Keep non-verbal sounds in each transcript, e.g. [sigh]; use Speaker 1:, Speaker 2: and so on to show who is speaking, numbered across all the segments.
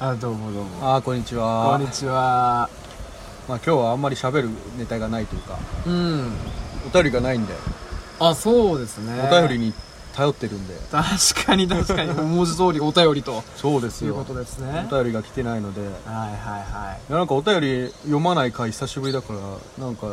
Speaker 1: あどうもどうも
Speaker 2: ああこんにちは
Speaker 1: こんにちは
Speaker 2: まあ、今日はあんまり喋るネタがないというか
Speaker 1: うん
Speaker 2: お便りがないんで、
Speaker 1: あそうですね
Speaker 2: お便りに頼ってるんで
Speaker 1: 確かに確か
Speaker 2: [laughs]
Speaker 1: に文字通りお便りと
Speaker 2: そうです
Speaker 1: いう
Speaker 2: よ
Speaker 1: ことですねはい
Speaker 2: お便りが来てないのでい
Speaker 1: はいはい
Speaker 2: やなんかお便り読まない回久しぶりだからなんか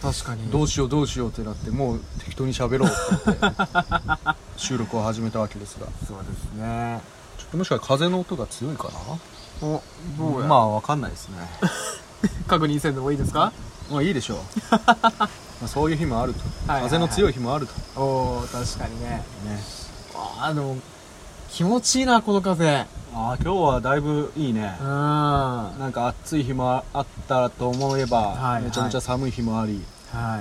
Speaker 1: 確かに
Speaker 2: どうしようどうしようってなってもう適当に喋ろうって思って [laughs] 収録を始めたわけですが
Speaker 1: そうですね
Speaker 2: ちょっともしかしたら風の音が強いかな
Speaker 1: おどうや、
Speaker 2: まあわかんないですね
Speaker 1: 確認せんでもいいですか
Speaker 2: まあいいで [laughs] しょうまあそういう日もあると
Speaker 1: はいはいはい
Speaker 2: 風の強い日もあるとね
Speaker 1: おお確かにねあーでも気持ちいいなこの風
Speaker 2: ああ今日はだいぶいいね
Speaker 1: うんは
Speaker 2: なんか暑い日もあったと思えば、
Speaker 1: はい
Speaker 2: めちゃめちゃ寒い日もあり、ね
Speaker 1: いあ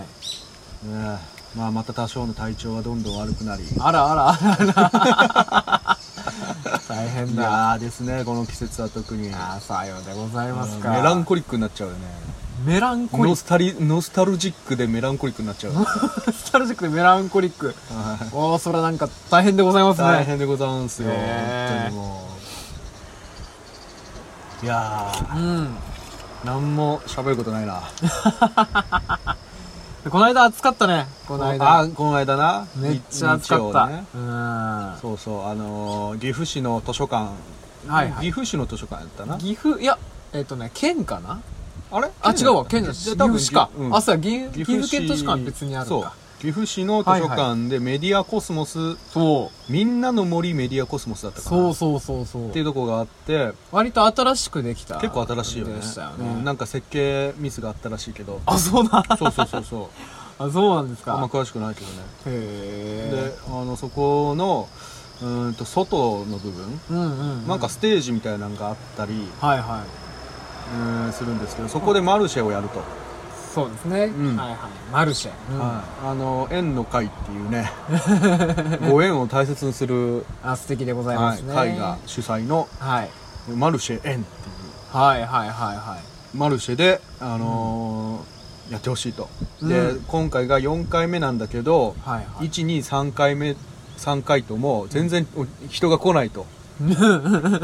Speaker 2: えまあ、また多少の体調がどんどん悪くなりい
Speaker 1: らあらあら
Speaker 2: [laughs]
Speaker 1: あら大変だ
Speaker 2: やーですねこの季節は特に
Speaker 1: あーさようでございます
Speaker 2: うん
Speaker 1: か
Speaker 2: メランコリックになっちゃうよね
Speaker 1: メランコリ
Speaker 2: ノ
Speaker 1: ッ
Speaker 2: スタリノスタルジックでメランコリックになっ
Speaker 1: [laughs]
Speaker 2: ちゃう
Speaker 1: クスタルジックでメランコリック
Speaker 2: はい
Speaker 1: おおそれなんか大変でございます
Speaker 2: 大
Speaker 1: ね
Speaker 2: 変でございますよ、
Speaker 1: ねえ
Speaker 2: 本当にもういやー
Speaker 1: うん
Speaker 2: 何も喋ることないな
Speaker 1: でこの間暑かったねこの間
Speaker 2: あこの間な
Speaker 1: めっちゃ暑かっ
Speaker 2: 日曜ね
Speaker 1: たうんは
Speaker 2: そうそうあのー岐阜市の図書館
Speaker 1: いは
Speaker 2: 岐
Speaker 1: い
Speaker 2: 阜市の図書館やったな
Speaker 1: 岐阜いやえっとね県かな
Speaker 2: あれ
Speaker 1: あ違うわ県じゃ
Speaker 2: じ
Speaker 1: 岐
Speaker 2: ゃあ多分
Speaker 1: 阜市か
Speaker 2: うん
Speaker 1: あそうや岐
Speaker 2: 岐
Speaker 1: 岐阜
Speaker 2: 阜市
Speaker 1: 県図書館別にある
Speaker 2: そ
Speaker 1: ん
Speaker 2: う
Speaker 1: だ
Speaker 2: 岐阜市の図書館でメディアコスモス、
Speaker 1: そう
Speaker 2: みんなの森メディアコスモスだったかな
Speaker 1: そうそうそうそう
Speaker 2: っていうとこがあって
Speaker 1: 割と新しくできた
Speaker 2: 結構新しいよね
Speaker 1: でしたよ
Speaker 2: うん
Speaker 1: ね
Speaker 2: なんか設計ミスがあったらしいけど
Speaker 1: あそうなん
Speaker 2: そうそうそうそう
Speaker 1: あそうなんです
Speaker 2: あんま
Speaker 1: か
Speaker 2: 詳しくないけどね
Speaker 1: へ
Speaker 2: で
Speaker 1: え
Speaker 2: あのそこのうーんと外の部分
Speaker 1: うんうんう
Speaker 2: なんかステージみたいなのがあったり、
Speaker 1: はいはいう
Speaker 2: ーんするんですけどそこでマルシェをやると、
Speaker 1: そうですね、
Speaker 2: うん
Speaker 1: はいはいマルシェ、うん
Speaker 2: はい、あの縁の会っていうね [laughs] ご縁を大切にする、
Speaker 1: あ素敵でございま
Speaker 2: はい、
Speaker 1: すね、
Speaker 2: 会が主催の
Speaker 1: はい、
Speaker 2: マルシェ縁ってい
Speaker 1: はいはいはいは
Speaker 2: うマルシェで、あのーやってほしいと、で
Speaker 1: うん
Speaker 2: 今回が4回目なんだけど、
Speaker 1: いはいはい
Speaker 2: 123回目3回とも全然お人が来な
Speaker 1: [laughs]
Speaker 2: いと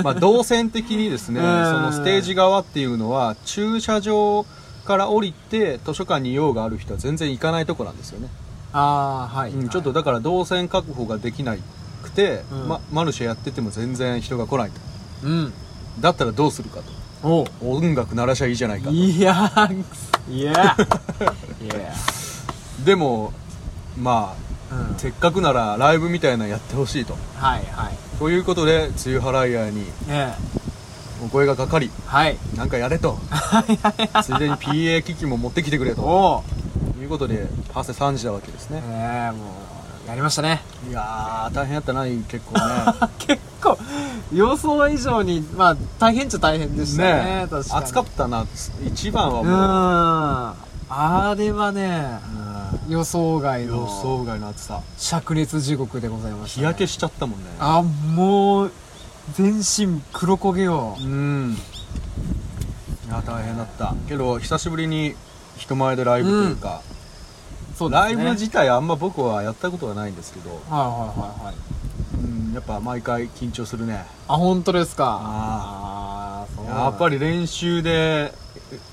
Speaker 2: まあ動線的にですね
Speaker 1: う
Speaker 2: そ
Speaker 1: ん
Speaker 2: のステージ側っていうのは駐車場から降りて図書館に用がある人は全然行かないとこなんですよね、
Speaker 1: ああはい、
Speaker 2: うんちょっとだから動線確保ができなくて、
Speaker 1: うん
Speaker 2: ま、マルシェやってても全然人が来ないと
Speaker 1: うん
Speaker 2: だったらどうするかと
Speaker 1: お
Speaker 2: 音楽鳴らしゃいいじゃないかと
Speaker 1: いやーいや [laughs] ーいや
Speaker 2: でもま
Speaker 1: ー、うん
Speaker 2: あ、せっかくならライブみたいなのやってほしいと
Speaker 1: はいはい
Speaker 2: ということで梅雨払い屋に
Speaker 1: え
Speaker 2: お声がかかり
Speaker 1: えはい
Speaker 2: なんかやれとついでに PA 機器も持ってきてくれと
Speaker 1: おお
Speaker 2: いうことでパセ3時だわけです
Speaker 1: ええ
Speaker 2: ね
Speaker 1: もうやりましたね
Speaker 2: いやー大変やったな結構ね
Speaker 1: [laughs] 結構予想以上にまあ大変っちゃ大変でしたね
Speaker 2: ねえ
Speaker 1: 確かに
Speaker 2: 暑かったな一番は
Speaker 1: うーん
Speaker 2: もう
Speaker 1: あれはね予想外
Speaker 2: うん
Speaker 1: の
Speaker 2: 予想外の暑さ
Speaker 1: 灼熱地獄でございました、
Speaker 2: 日
Speaker 1: ね、
Speaker 2: 焼けしちゃったもんね
Speaker 1: あもう全身黒焦げよ
Speaker 2: うんいや大変だったけど久しぶりに人前でライブというか、
Speaker 1: そう
Speaker 2: ライブ
Speaker 1: 時
Speaker 2: 自体あんま僕はやったことがないんですけど、
Speaker 1: はいはいはいはい
Speaker 2: うん、やっぱ毎回緊張するね
Speaker 1: あ本当ですか
Speaker 2: あ
Speaker 1: あーそう
Speaker 2: やっぱ
Speaker 1: り
Speaker 2: り練習で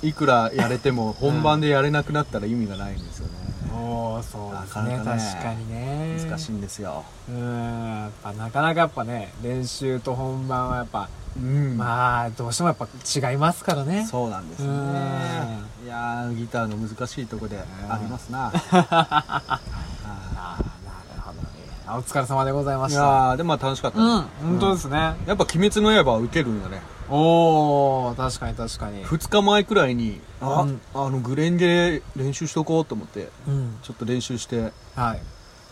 Speaker 2: いくらやれても本番でやれなくなったら意味がないんですよね、
Speaker 1: おおそうですね
Speaker 2: なかなかね
Speaker 1: 確かにね
Speaker 2: 難しいんですよ、
Speaker 1: うーんやっぱなかなかやっぱね練習と本番はやっぱ、
Speaker 2: うん
Speaker 1: まあどうしてもやっぱ違いますからね
Speaker 2: そうなんですね
Speaker 1: うん
Speaker 2: いやーギターの難しいとこでありま
Speaker 1: [laughs]
Speaker 2: す
Speaker 1: あ
Speaker 2: な、
Speaker 1: ーなるほどねあお疲れ様でございま
Speaker 2: い
Speaker 1: した
Speaker 2: やーでもまあ楽しかった
Speaker 1: うん
Speaker 2: ね、
Speaker 1: 本当ですね、
Speaker 2: やっぱ「鬼滅の刃」は受けるんだね
Speaker 1: おお確かに確かに
Speaker 2: 2日前くらいにあ、
Speaker 1: うん
Speaker 2: あのグレンゲ練習しとこうと思って
Speaker 1: うん
Speaker 2: ちょっと練習して
Speaker 1: はい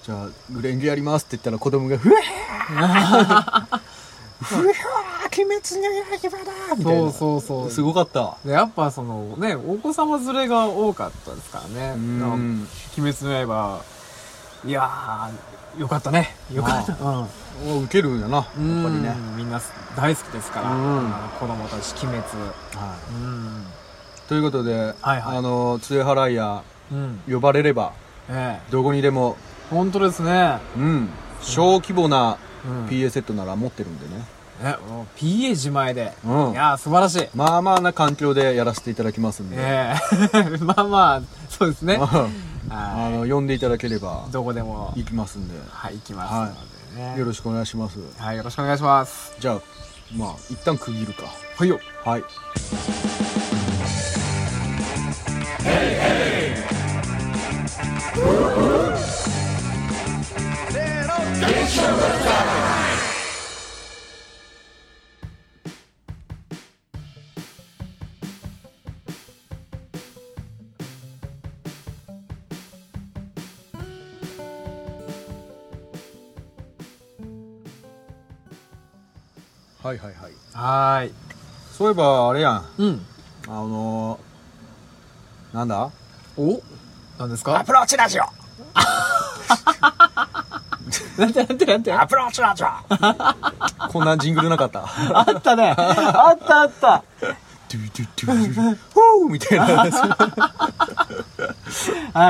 Speaker 2: じゃあグレンゲやりますって言ったら子供が「ふえーふえー鬼滅の刃だ!」みたい
Speaker 1: そ
Speaker 2: な
Speaker 1: うそうそう
Speaker 2: すごかった
Speaker 1: でやっぱそのねお子様連れが多かったですからね
Speaker 2: うん
Speaker 1: なんか鬼滅の刃」いやーよかったねよかったうんやっ
Speaker 2: お受けるんやなやっぱ
Speaker 1: ぱ
Speaker 2: り
Speaker 1: り
Speaker 2: ね
Speaker 1: ね、みんな大好きですから、
Speaker 2: うん
Speaker 1: あの子供たち鬼滅
Speaker 2: は
Speaker 1: うん
Speaker 2: い、ということで、
Speaker 1: はいはい
Speaker 2: あの杖払いや
Speaker 1: うん
Speaker 2: 呼ばれれば
Speaker 1: ええ
Speaker 2: どこにでも
Speaker 1: 本当ですね
Speaker 2: うん小規模な
Speaker 1: うん
Speaker 2: PA セットなら持ってるんでね、
Speaker 1: ね、もう PA 自前で。
Speaker 2: うん
Speaker 1: いやー、素晴らしい。
Speaker 2: まあまあな環境でやらせていただきますんで、
Speaker 1: ええ [laughs] まあまあ、そうですね。
Speaker 2: うん
Speaker 1: は
Speaker 2: [laughs] あの呼んでいただければ
Speaker 1: い。どこでも、
Speaker 2: 行きますんで、
Speaker 1: はい、行きますのでね。
Speaker 2: よろしくお願いします
Speaker 1: はい、よろしくお願いします。
Speaker 2: じゃあまあ一旦区切るか
Speaker 1: はいよ。
Speaker 2: はいはいはいはい
Speaker 1: はーい。
Speaker 2: そういえばあれやんあ
Speaker 1: うん。
Speaker 2: のー、なんだ
Speaker 1: お何ですか
Speaker 3: アプローチラジオ
Speaker 1: なんてなんてなんて。
Speaker 3: アプローチラジオ
Speaker 1: [laughs]
Speaker 2: こんなジングルなかった
Speaker 1: あったね。あったあった。
Speaker 2: ドゥドゥドゥドゥフーみたいな
Speaker 1: は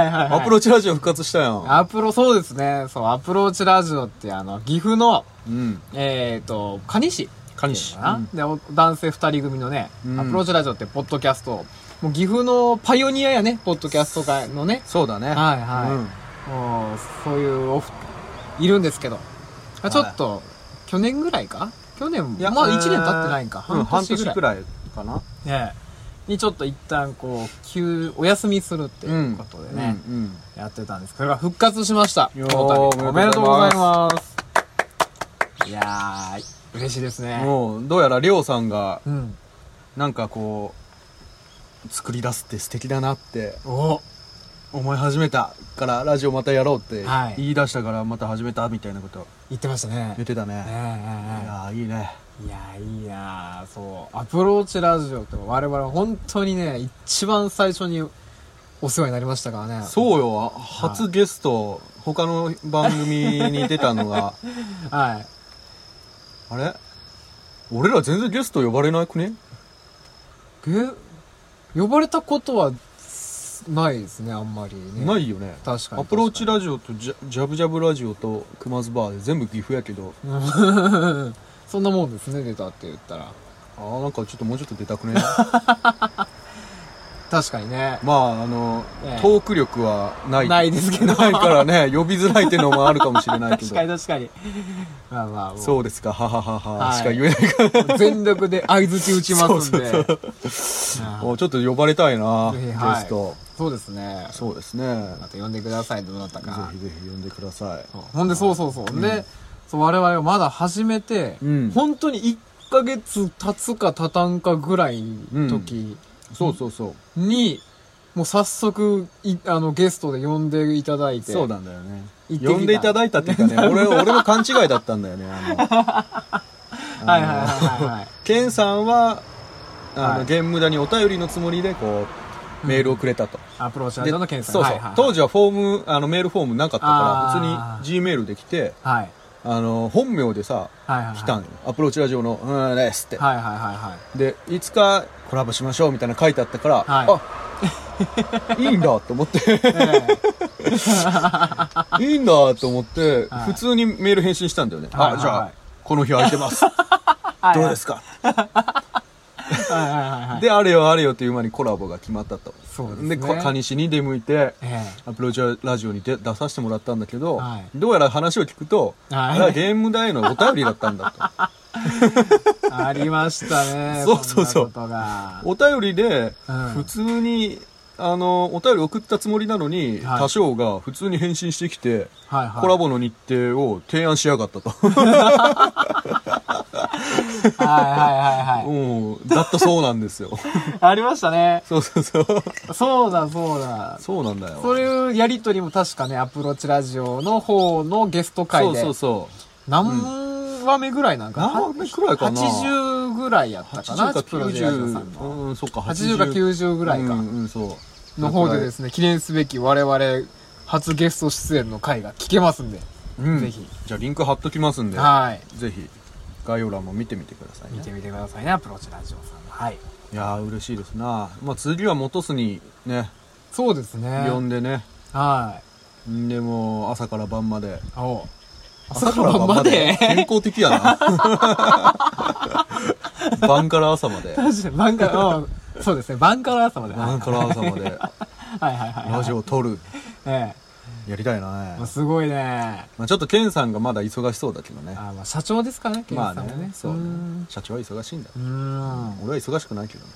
Speaker 1: いはい、はい。
Speaker 2: アプローチラジオ復活したやん
Speaker 1: アプロ、そうですね。そう、アプローチラジオって、あの、岐阜の、
Speaker 2: うん
Speaker 1: えっ、と、蟹市
Speaker 2: カニ
Speaker 1: か
Speaker 2: シ
Speaker 1: な、で、お男性二人組のね、
Speaker 2: うん
Speaker 1: アプローチラジオって、ポッドキャスト、もう岐阜のパイオニアやね、ポッドキャスト界のね。
Speaker 2: そうだね
Speaker 1: はいはい
Speaker 2: うん
Speaker 1: もう、そういうおふ、いるんですけど。あちょっと、去年ぐらいか去年、
Speaker 2: いや
Speaker 1: まあ一年経ってないんか。
Speaker 2: うん半
Speaker 1: 半年ぐら
Speaker 2: 年
Speaker 1: い
Speaker 2: く。らいかな
Speaker 1: ねえにちょっと一旦こう、休、お休みするっていうことでね。
Speaker 2: うんうん
Speaker 1: やってたんですけど、それが復活しました。
Speaker 2: よー
Speaker 1: この度
Speaker 2: お
Speaker 1: おめ
Speaker 2: めで
Speaker 1: でと
Speaker 2: とう
Speaker 1: う
Speaker 2: ご
Speaker 1: ご
Speaker 2: ざ
Speaker 1: ざ
Speaker 2: い
Speaker 1: います。いやー、嬉しいですね。
Speaker 2: もうどうやらレオさんが
Speaker 1: うん。
Speaker 2: なんかこう作り出すって素敵だなって
Speaker 1: お
Speaker 2: 思い始めたからラジオまたやろうって
Speaker 1: はい
Speaker 2: 言い出したからまた始めたみたいなこと
Speaker 1: 言ってましたね。
Speaker 2: 言ってたね、
Speaker 1: ええ
Speaker 2: いやーいいね
Speaker 1: ええええいやー、いいなー。そう。アプローチラジオって我々は本当にね、一番最初にお世話になりましたからね。う。
Speaker 2: そうよ初ゲスト他の番組に出た
Speaker 1: [laughs]
Speaker 2: のが
Speaker 1: はい。
Speaker 2: あれ俺ら全然ゲスト呼ばれなくね
Speaker 1: え、呼ばれたことはないですね、あんまりね。。
Speaker 2: ないいよね
Speaker 1: 確かに。
Speaker 2: アプローチラジオとジャジャブジャブラジオと熊津バーで全部岐阜やけど
Speaker 1: うんそんなもんですね、出たって言ったら。
Speaker 2: あーなんかちょっともうちょっと出たくね [laughs]
Speaker 1: 確かにね。
Speaker 2: まああの、
Speaker 1: ええ
Speaker 2: トーク力はない
Speaker 1: ないですけど
Speaker 2: ないからね呼びづらいっていうのもあるかもしれないけ
Speaker 1: 確
Speaker 2: ど
Speaker 1: かに確かに。まあまあ、も
Speaker 2: そうですかはははは、
Speaker 1: はい
Speaker 2: しか言えないから
Speaker 1: う全力で相づち打ちますんで。
Speaker 2: そう
Speaker 1: あ
Speaker 2: おちょっと呼ばれたいな、
Speaker 1: ぜひはい
Speaker 2: ゲスト
Speaker 1: そうですね。
Speaker 2: そうですねぜ
Speaker 1: また呼んでください、どうだったか
Speaker 2: ひ。ぜひ呼んでください
Speaker 1: そうほんで、そうそうそう。で、そう我々はまだ始めて、
Speaker 2: うん
Speaker 1: 本当に1ヶ月経つか経たんかぐらいの時
Speaker 2: そうそうそう、
Speaker 1: に、もう早速、いあの、ゲストで呼んでいただいて。
Speaker 2: そうなんだよね
Speaker 1: 行ってきた
Speaker 2: 呼んでいただいたっていうか
Speaker 1: [laughs]
Speaker 2: ね俺俺の勘違いだったんだよねあの
Speaker 1: はいはいは
Speaker 2: あの
Speaker 1: いはいはい。
Speaker 2: ケンさんはあの、
Speaker 1: はい
Speaker 2: ゲーム無駄にお便りのつもりでこうメールをくれたと、
Speaker 1: アプローチラ
Speaker 2: で
Speaker 1: ジオの検査
Speaker 2: そうそう、
Speaker 1: はいはいはい
Speaker 2: 当時はフォームあのメールフォームなかったから
Speaker 1: あー
Speaker 2: 普通に G メールで来て
Speaker 1: はい。
Speaker 2: あの本名でさ
Speaker 1: はいはいはい。
Speaker 2: 来たんよアプローチラジオの「うんです」って、
Speaker 1: はいはいはいはい。
Speaker 2: でいつかコラボしましょうみたいな書いてあったから、あいいんだと思って
Speaker 1: ええ
Speaker 2: いいんだと思って
Speaker 1: はい
Speaker 2: 普通にメール返信したんだよね、
Speaker 1: はい
Speaker 2: あじゃあ、
Speaker 1: はい
Speaker 2: この日空いてます [laughs] どうですか、
Speaker 1: はいはいはいはい。
Speaker 2: であれよあれよという間にコラボが決まったと
Speaker 1: そうですね
Speaker 2: こ蟹市に出向いて
Speaker 1: ええ
Speaker 2: アプローチラジオに出出させてもらったんだけど、
Speaker 1: はい
Speaker 2: どうやら話を聞くと、
Speaker 1: はい
Speaker 2: あれはゲーム台のお便りだったん
Speaker 1: [laughs]
Speaker 2: だと。。
Speaker 1: ありましたね
Speaker 2: そうそうそうん
Speaker 1: なことが。
Speaker 2: お便りで
Speaker 1: うん、
Speaker 2: 普通に、あの、お便り送ったつもりなのに、
Speaker 1: はい
Speaker 2: 多少が普通に返信してきて、
Speaker 1: はいはい。
Speaker 2: コラボの日程を提案しやがっ
Speaker 1: [laughs]
Speaker 2: たと。
Speaker 1: はいはいはいは
Speaker 2: うん、だったそうなんですよ。
Speaker 1: い。
Speaker 2: [laughs]
Speaker 1: ありましたね。
Speaker 2: そうそうそう。
Speaker 1: そうだそうだ。
Speaker 2: そうなんだよ。
Speaker 1: そういうやりとりも確かね、アプローチラジオの方のゲスト
Speaker 2: そ
Speaker 1: 会
Speaker 2: う
Speaker 1: で
Speaker 2: そう、そう。
Speaker 1: 何話目ぐらいなんかな
Speaker 2: 何話目くらいかな
Speaker 1: ?80 ぐらいやったかな
Speaker 2: 80か
Speaker 1: アプローチラジオさん
Speaker 2: 90。
Speaker 1: の。
Speaker 2: うん、そうか、
Speaker 1: 80か90ぐらいか
Speaker 2: うん、うんそう。
Speaker 1: の方でですね、記念すべき我々初ゲスト出演の回が聞けますんで。
Speaker 2: うん、
Speaker 1: ぜひ
Speaker 2: じゃあリンク貼っときますんで、
Speaker 1: はい。
Speaker 2: ぜひ概要欄も見てみてくださいね
Speaker 1: 見てみてくださいね、アプローチラジオさんの。はい。
Speaker 2: いやー嬉しいですな、まあ、次は元栖にね
Speaker 1: そうですね。
Speaker 2: 呼んでね
Speaker 1: はい。
Speaker 2: んでもう朝から晩まで
Speaker 1: おう朝から晩まで
Speaker 2: 朝から晩健康的やな晩から朝まで
Speaker 1: 確かに、晩から、うんそうですね、晩から朝まで。はい
Speaker 2: 晩から朝まで
Speaker 1: はいはいはい。
Speaker 2: ラジオ撮る
Speaker 1: え
Speaker 2: やりたいな
Speaker 1: え。
Speaker 2: ね
Speaker 1: まあ、すごいね。
Speaker 2: まあちょっとケンさんがまだ忙しそうだけどね
Speaker 1: あまあ、社長ですからね、ケン
Speaker 2: ま
Speaker 1: さ
Speaker 2: あ
Speaker 1: んが
Speaker 2: ね
Speaker 1: ね。
Speaker 2: そう
Speaker 1: う
Speaker 2: ね
Speaker 1: ん
Speaker 2: 社長は忙しいんだ
Speaker 1: うーん。
Speaker 2: 俺は忙しくないけどね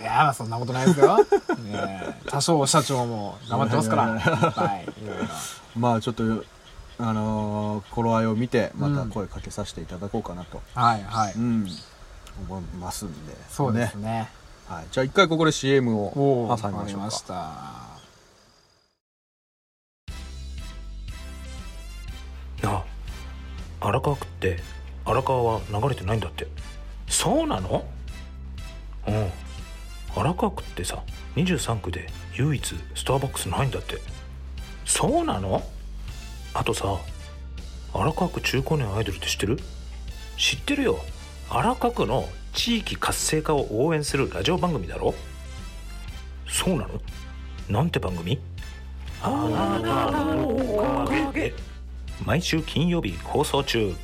Speaker 1: いや、まあそんなことないです [laughs] よ。ねえ多少社長も頑張ってますから。
Speaker 2: いやい
Speaker 1: はい。いろいろ
Speaker 2: まあちょっとあのー頃合いを見てまた声かけさせていただこうかなと、
Speaker 1: はいはい。
Speaker 2: うん思いますんで
Speaker 1: そうですね。
Speaker 2: はい、じゃあ一回ここで CM
Speaker 1: おお、
Speaker 2: を
Speaker 1: わ
Speaker 2: 挟
Speaker 1: か
Speaker 2: みまし
Speaker 1: り
Speaker 2: ょう
Speaker 1: ま
Speaker 2: か
Speaker 1: した。
Speaker 3: なあ荒川区って荒川は流れてないんだってそうなのうん荒川区ってさ23区で唯一スターバックスないんだってそうなのあとさ荒川区中高年アイドルって知ってる知ってるよ荒川区の地域活性化を応援するラジオ番組だろそうなのなんて番組あなたのおかげ毎週金曜日放送中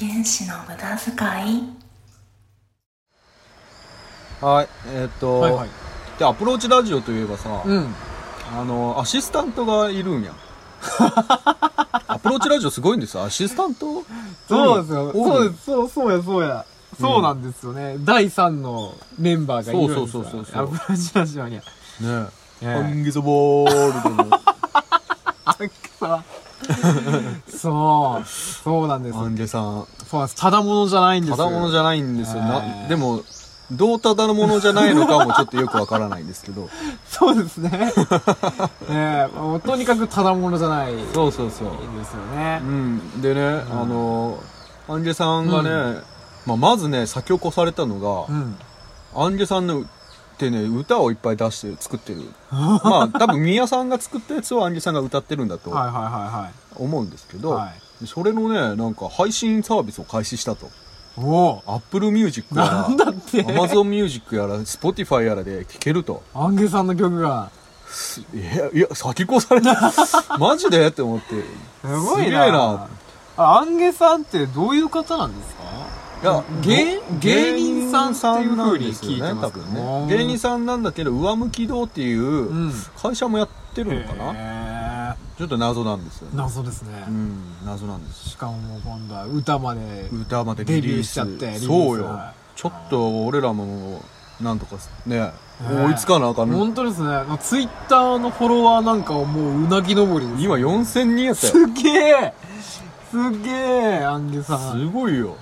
Speaker 4: 原始の無駄遣い
Speaker 2: はいえーっと、
Speaker 1: はいはい。
Speaker 2: でアプローチラジオといえばさ、
Speaker 1: うん。
Speaker 2: あのアシスタントがいる
Speaker 1: [laughs]
Speaker 2: んやアプローチラジオすごいんですよアシスタント
Speaker 1: そうですよ。
Speaker 2: おる
Speaker 1: そうです。そう、そうや、そうや。そうなんですよね。第3のメンバーがいるんです
Speaker 2: そう
Speaker 1: よ。
Speaker 2: そうそうそう
Speaker 1: アプローチラジオには。
Speaker 2: ねえ
Speaker 1: ええ
Speaker 2: ハンギソボー [laughs] ルドの
Speaker 1: あくそそう。そうなんです。
Speaker 2: ハンゲさん
Speaker 1: そうなんです。ただものじゃないんです
Speaker 2: た
Speaker 1: よ。
Speaker 2: だものじゃないんですよ、
Speaker 1: え
Speaker 2: な
Speaker 1: え
Speaker 2: でもどうただのものじゃないのかもちょっとよくわからないんですけど
Speaker 1: そうですね。 [laughs] ええもうとにかくただものじゃないんで
Speaker 2: そうそうそう
Speaker 1: すよね
Speaker 2: う。ん、でね、あのアンゲさんがね、
Speaker 1: う
Speaker 2: まあ、まずね先を越されたの
Speaker 1: う
Speaker 2: が、
Speaker 1: ん。
Speaker 2: アンゲさんのってね歌をいっぱい出して作 [laughs] ってるまあ多分宮さんが作ったやつをアンゲさんが歌ってるんだと
Speaker 1: はいはいは
Speaker 2: 思うんですけ
Speaker 1: い
Speaker 2: ど、
Speaker 1: はい。はい。
Speaker 2: それのねなんか配信サービスを開始したと
Speaker 1: おお。
Speaker 2: アップルミュージックやら
Speaker 1: なんだって
Speaker 2: アマゾンミュージックやら Spotify やらで聴けると
Speaker 1: アンゲさんの曲が。
Speaker 2: いやいや先越された [laughs] マジでって思って
Speaker 1: すごい
Speaker 2: すげ
Speaker 1: な。
Speaker 2: えな
Speaker 1: あ、アンゲさんってどういう方なんですか
Speaker 2: いや
Speaker 1: 芸
Speaker 2: ご
Speaker 1: 芸人さんっていう風に聞いてますけど
Speaker 2: 芸人さんなんですよね多分ね芸人さんなんだけど上向き堂っていうん会社もやってるのかな、
Speaker 1: な
Speaker 2: ちょっと謎なんですよね
Speaker 1: 謎ですね。
Speaker 2: うん謎なんです
Speaker 1: しかももう今度は歌まで。
Speaker 2: 歌までリ
Speaker 1: デビュ
Speaker 2: リー
Speaker 1: ー
Speaker 2: ス
Speaker 1: しちゃってリリース
Speaker 2: そうよ
Speaker 1: は
Speaker 2: ちょっと俺らもなんとかね追いつかなあかん、
Speaker 1: 本当ですね。ツイッターのフォロワーなんかはもううなぎ登りです。
Speaker 2: 今4000人やったよ
Speaker 1: すげえすげえアンゲさん。へ
Speaker 2: すごいよ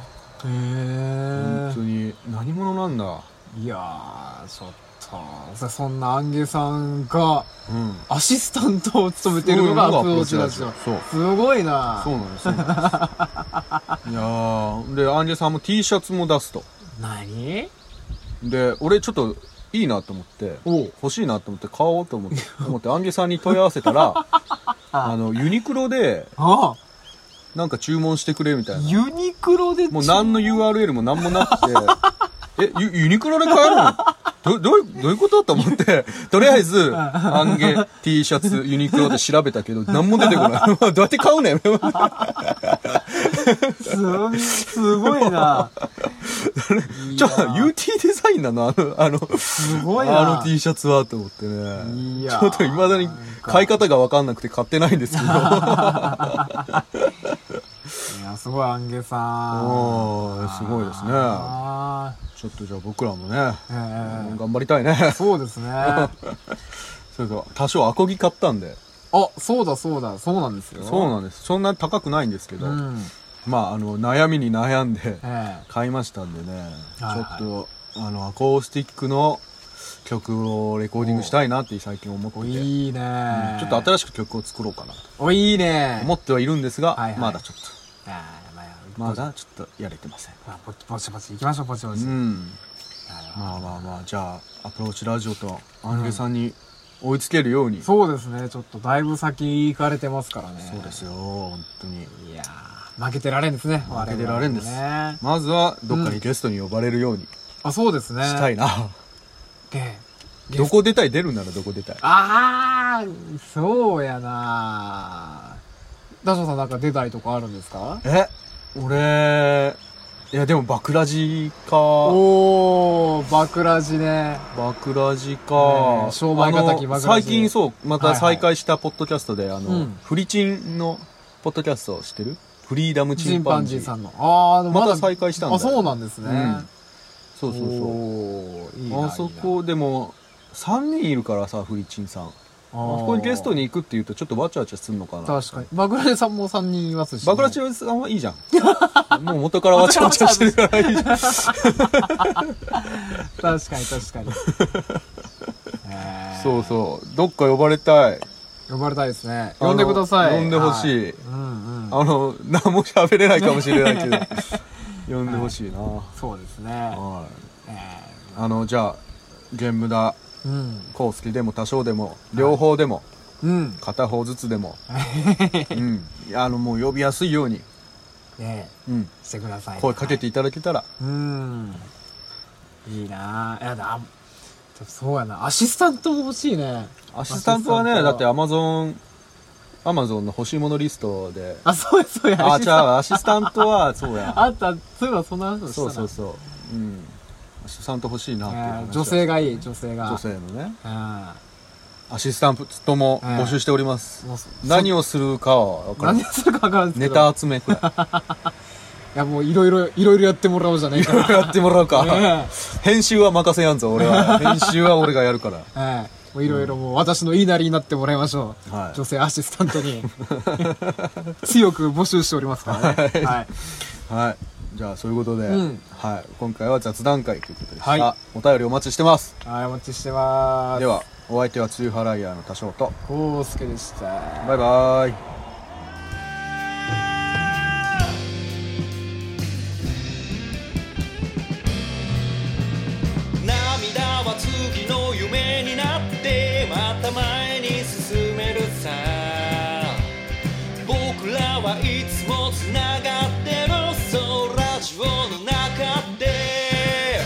Speaker 1: え
Speaker 2: 本当に何者なんだ
Speaker 1: いやー、ちょっと、そそんなアンゲさんが
Speaker 2: うん
Speaker 1: アシスタントを務めてるのがアプローチラジオ。
Speaker 2: そう
Speaker 1: すごいな
Speaker 2: そうなんですそうなんですいやーでアンジェさんも T シャツも出すと
Speaker 1: 何
Speaker 2: で俺ちょっといいなと思って
Speaker 1: おう
Speaker 2: 欲しいなと思って買おうと思って思ってアンジェさんに問い合わせ
Speaker 1: [laughs]
Speaker 2: たらあのユニクロで
Speaker 1: あ
Speaker 2: なんか注文してくれみたいな
Speaker 1: ユニクロで
Speaker 2: もう何の URL も何もなく
Speaker 1: [laughs]
Speaker 2: てえユユニクロで買えるのどどういうどういうことと思って、とりあえず、アンゲ T シャツ、ユニクロで調べたけど、何も出てこ
Speaker 1: [laughs]
Speaker 2: ない。どうやって買うねん。
Speaker 1: す、すごい
Speaker 2: [laughs]
Speaker 1: な
Speaker 2: ちょ、UT デザインなのあの、あの、
Speaker 1: すごいな
Speaker 2: あの T シャツはと思ってね。
Speaker 1: い
Speaker 2: ち
Speaker 1: やー
Speaker 2: ょっと未だに買い方がわかんなくて買ってないんですけど。
Speaker 1: [laughs] いや、すごいアンゲさん。
Speaker 2: おーすごいですね
Speaker 1: あ
Speaker 2: ちょっとじゃあ僕らもね、
Speaker 1: ーええ
Speaker 2: 頑張りた
Speaker 1: [laughs]
Speaker 2: いね。
Speaker 1: そうです
Speaker 2: [laughs]
Speaker 1: ね。あ、
Speaker 2: それと多少アコギ買ったんで。
Speaker 1: そうだそうだ、そうなんですよ。
Speaker 2: そうなんです。そんな高くないんですけど。
Speaker 1: うん。
Speaker 2: まあ、あの、悩みに悩んで
Speaker 1: ええ
Speaker 2: 買いましたんでね。ちょ
Speaker 1: はいはい
Speaker 2: っと、あの、アコースティックの曲をレコーディングしたいなって最近思って
Speaker 1: お、
Speaker 2: て。
Speaker 1: いいね、
Speaker 2: ちょっと新しく曲を作ろうかなと
Speaker 1: お、いいね
Speaker 2: 思ってはいるんですが、
Speaker 1: はいはい
Speaker 2: まだちょっ
Speaker 1: あー
Speaker 2: と。
Speaker 1: まあ、
Speaker 2: まだちょっとやれてません。
Speaker 1: まあ、ぼぼちぼち行きましょう、ぼちぼち。
Speaker 2: うん。
Speaker 1: なるほど
Speaker 2: まあまあまあ、じゃあ、アプローチラジオとアンゲさんに追いつけるように。
Speaker 1: そうですね、ちょっとだいぶ先行かれてますからね。
Speaker 2: そうですよ、本当
Speaker 1: い
Speaker 2: に。
Speaker 1: やー負けてられんですね。負
Speaker 2: 負けてられんです
Speaker 1: ね。
Speaker 2: まずは、どっかにゲストに呼ばれるように
Speaker 1: あ、そうですね。
Speaker 2: したいな。
Speaker 1: で、ゲスト
Speaker 2: どこ出たい出るならどこ出たい。
Speaker 1: あー、そうやなダショさんなんか出たりとかあるんですか
Speaker 2: え俺、いやでも、バクラジか。
Speaker 1: おー、バクラジね。
Speaker 2: バクラジ
Speaker 1: ね
Speaker 2: か。
Speaker 1: え商売敵
Speaker 2: あの
Speaker 1: バクラジ
Speaker 2: 最近そう、
Speaker 1: は
Speaker 2: ま
Speaker 1: い
Speaker 2: た
Speaker 1: はい
Speaker 2: 再開したポッドキャストで、あ
Speaker 1: う
Speaker 2: の
Speaker 1: ん、
Speaker 2: フリチンのポッドキャスト知ってるフリーダムチ
Speaker 1: チ
Speaker 2: ン
Speaker 1: ン
Speaker 2: パ
Speaker 1: パ
Speaker 2: ン
Speaker 1: ン
Speaker 2: ジ
Speaker 1: ジ
Speaker 2: ー。
Speaker 1: ーさんの。あー、でも
Speaker 2: ま
Speaker 1: ま
Speaker 2: た
Speaker 1: だ
Speaker 2: 再開したんだよ
Speaker 1: あ、そうなんですね。
Speaker 2: うんそうそうそう。
Speaker 1: おーいいな
Speaker 2: あそこでも、3人いるからさ、フリチンさん。あ
Speaker 1: あ
Speaker 2: そこにゲスト
Speaker 1: に
Speaker 2: に行くっていうと、ちょっとわちゃわちゃすんのかな。
Speaker 1: 確かにバクラジさんも3人いますし、
Speaker 2: バクラチオさんはいいじゃん。 [laughs] もう元からわちゃわちゃしてるからいいじゃん。
Speaker 1: 確かに確
Speaker 2: [laughs]
Speaker 1: かにえー
Speaker 2: そうそう。どっか呼ばれたい。
Speaker 1: 呼ばれたいですね呼んでくださ
Speaker 2: あ
Speaker 1: い
Speaker 2: の呼んでほしい
Speaker 1: はうんうん
Speaker 2: あの、何も喋れないかもしれないけど、呼んでほしいな。
Speaker 1: そうですね
Speaker 2: はい。
Speaker 1: え
Speaker 2: あの、じゃあ、玄武田、
Speaker 1: ーうん
Speaker 2: 康介でも多少でも、両方でも、
Speaker 1: うん
Speaker 2: 片方ずつで [laughs] も、うん。あの、もう呼びやすいように、
Speaker 1: ね
Speaker 2: うん。
Speaker 1: してください
Speaker 2: 声かけていただけたら、
Speaker 1: うんいいなぁいやだでもそうやなアシスタントも欲しいね
Speaker 2: アシスタント
Speaker 1: ア
Speaker 2: は
Speaker 1: シス
Speaker 2: ね、
Speaker 1: タント
Speaker 2: だってアマゾン、アマゾンの欲しいものリストで、
Speaker 1: あそうやそうや
Speaker 2: [laughs] あ、
Speaker 1: アシ
Speaker 2: じ
Speaker 1: スタント
Speaker 2: ゃあ、アシスタント [laughs] は、そうや。
Speaker 1: あったそういえばそんな話をした
Speaker 2: そ
Speaker 1: な
Speaker 2: うそうそう。うん。アシスタント欲しいなっていう
Speaker 1: え
Speaker 2: 話
Speaker 1: ー
Speaker 2: だ
Speaker 1: 女性がいい女性が
Speaker 2: 女性のね。
Speaker 1: うん
Speaker 2: アシスタントも募集しております。
Speaker 1: もうそ
Speaker 2: 何をするかは分から
Speaker 1: 何
Speaker 2: ない。
Speaker 1: するか分からんですけ
Speaker 2: ネ
Speaker 1: ど
Speaker 2: タ集めくらい。
Speaker 1: いやもういろいろいろいろやってもらおうじゃない
Speaker 2: い
Speaker 1: か
Speaker 2: [laughs] ろいろやってもらうか。
Speaker 1: ね
Speaker 2: 編集は任せやんぞ、俺 [laughs] は。編集は俺がやるから。
Speaker 1: [laughs] えええもういろいろもう私の言いなりになってもらいましょう、
Speaker 2: はい
Speaker 1: 女性アシスタントに [laughs] 強く募集しておりますからねはい
Speaker 2: はい。じゃあ、そういうことで、
Speaker 1: うん
Speaker 2: はい。今回は雑談会ということでした。
Speaker 1: は
Speaker 2: お便りお待ちしてます。
Speaker 1: はいお待ちしてます
Speaker 2: では、お相手はツーハライヤーの多少と、
Speaker 1: コウスケでした
Speaker 2: バイバーイ。
Speaker 5: 涙は次の夢になってまた前に進めるさ僕らはいつもつながってるそうラジオの中で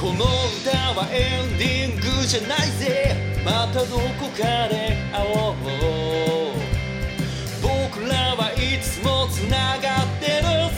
Speaker 5: この歌はエンディングじゃないぜまたどこかで会おう僕らはいつもつながってる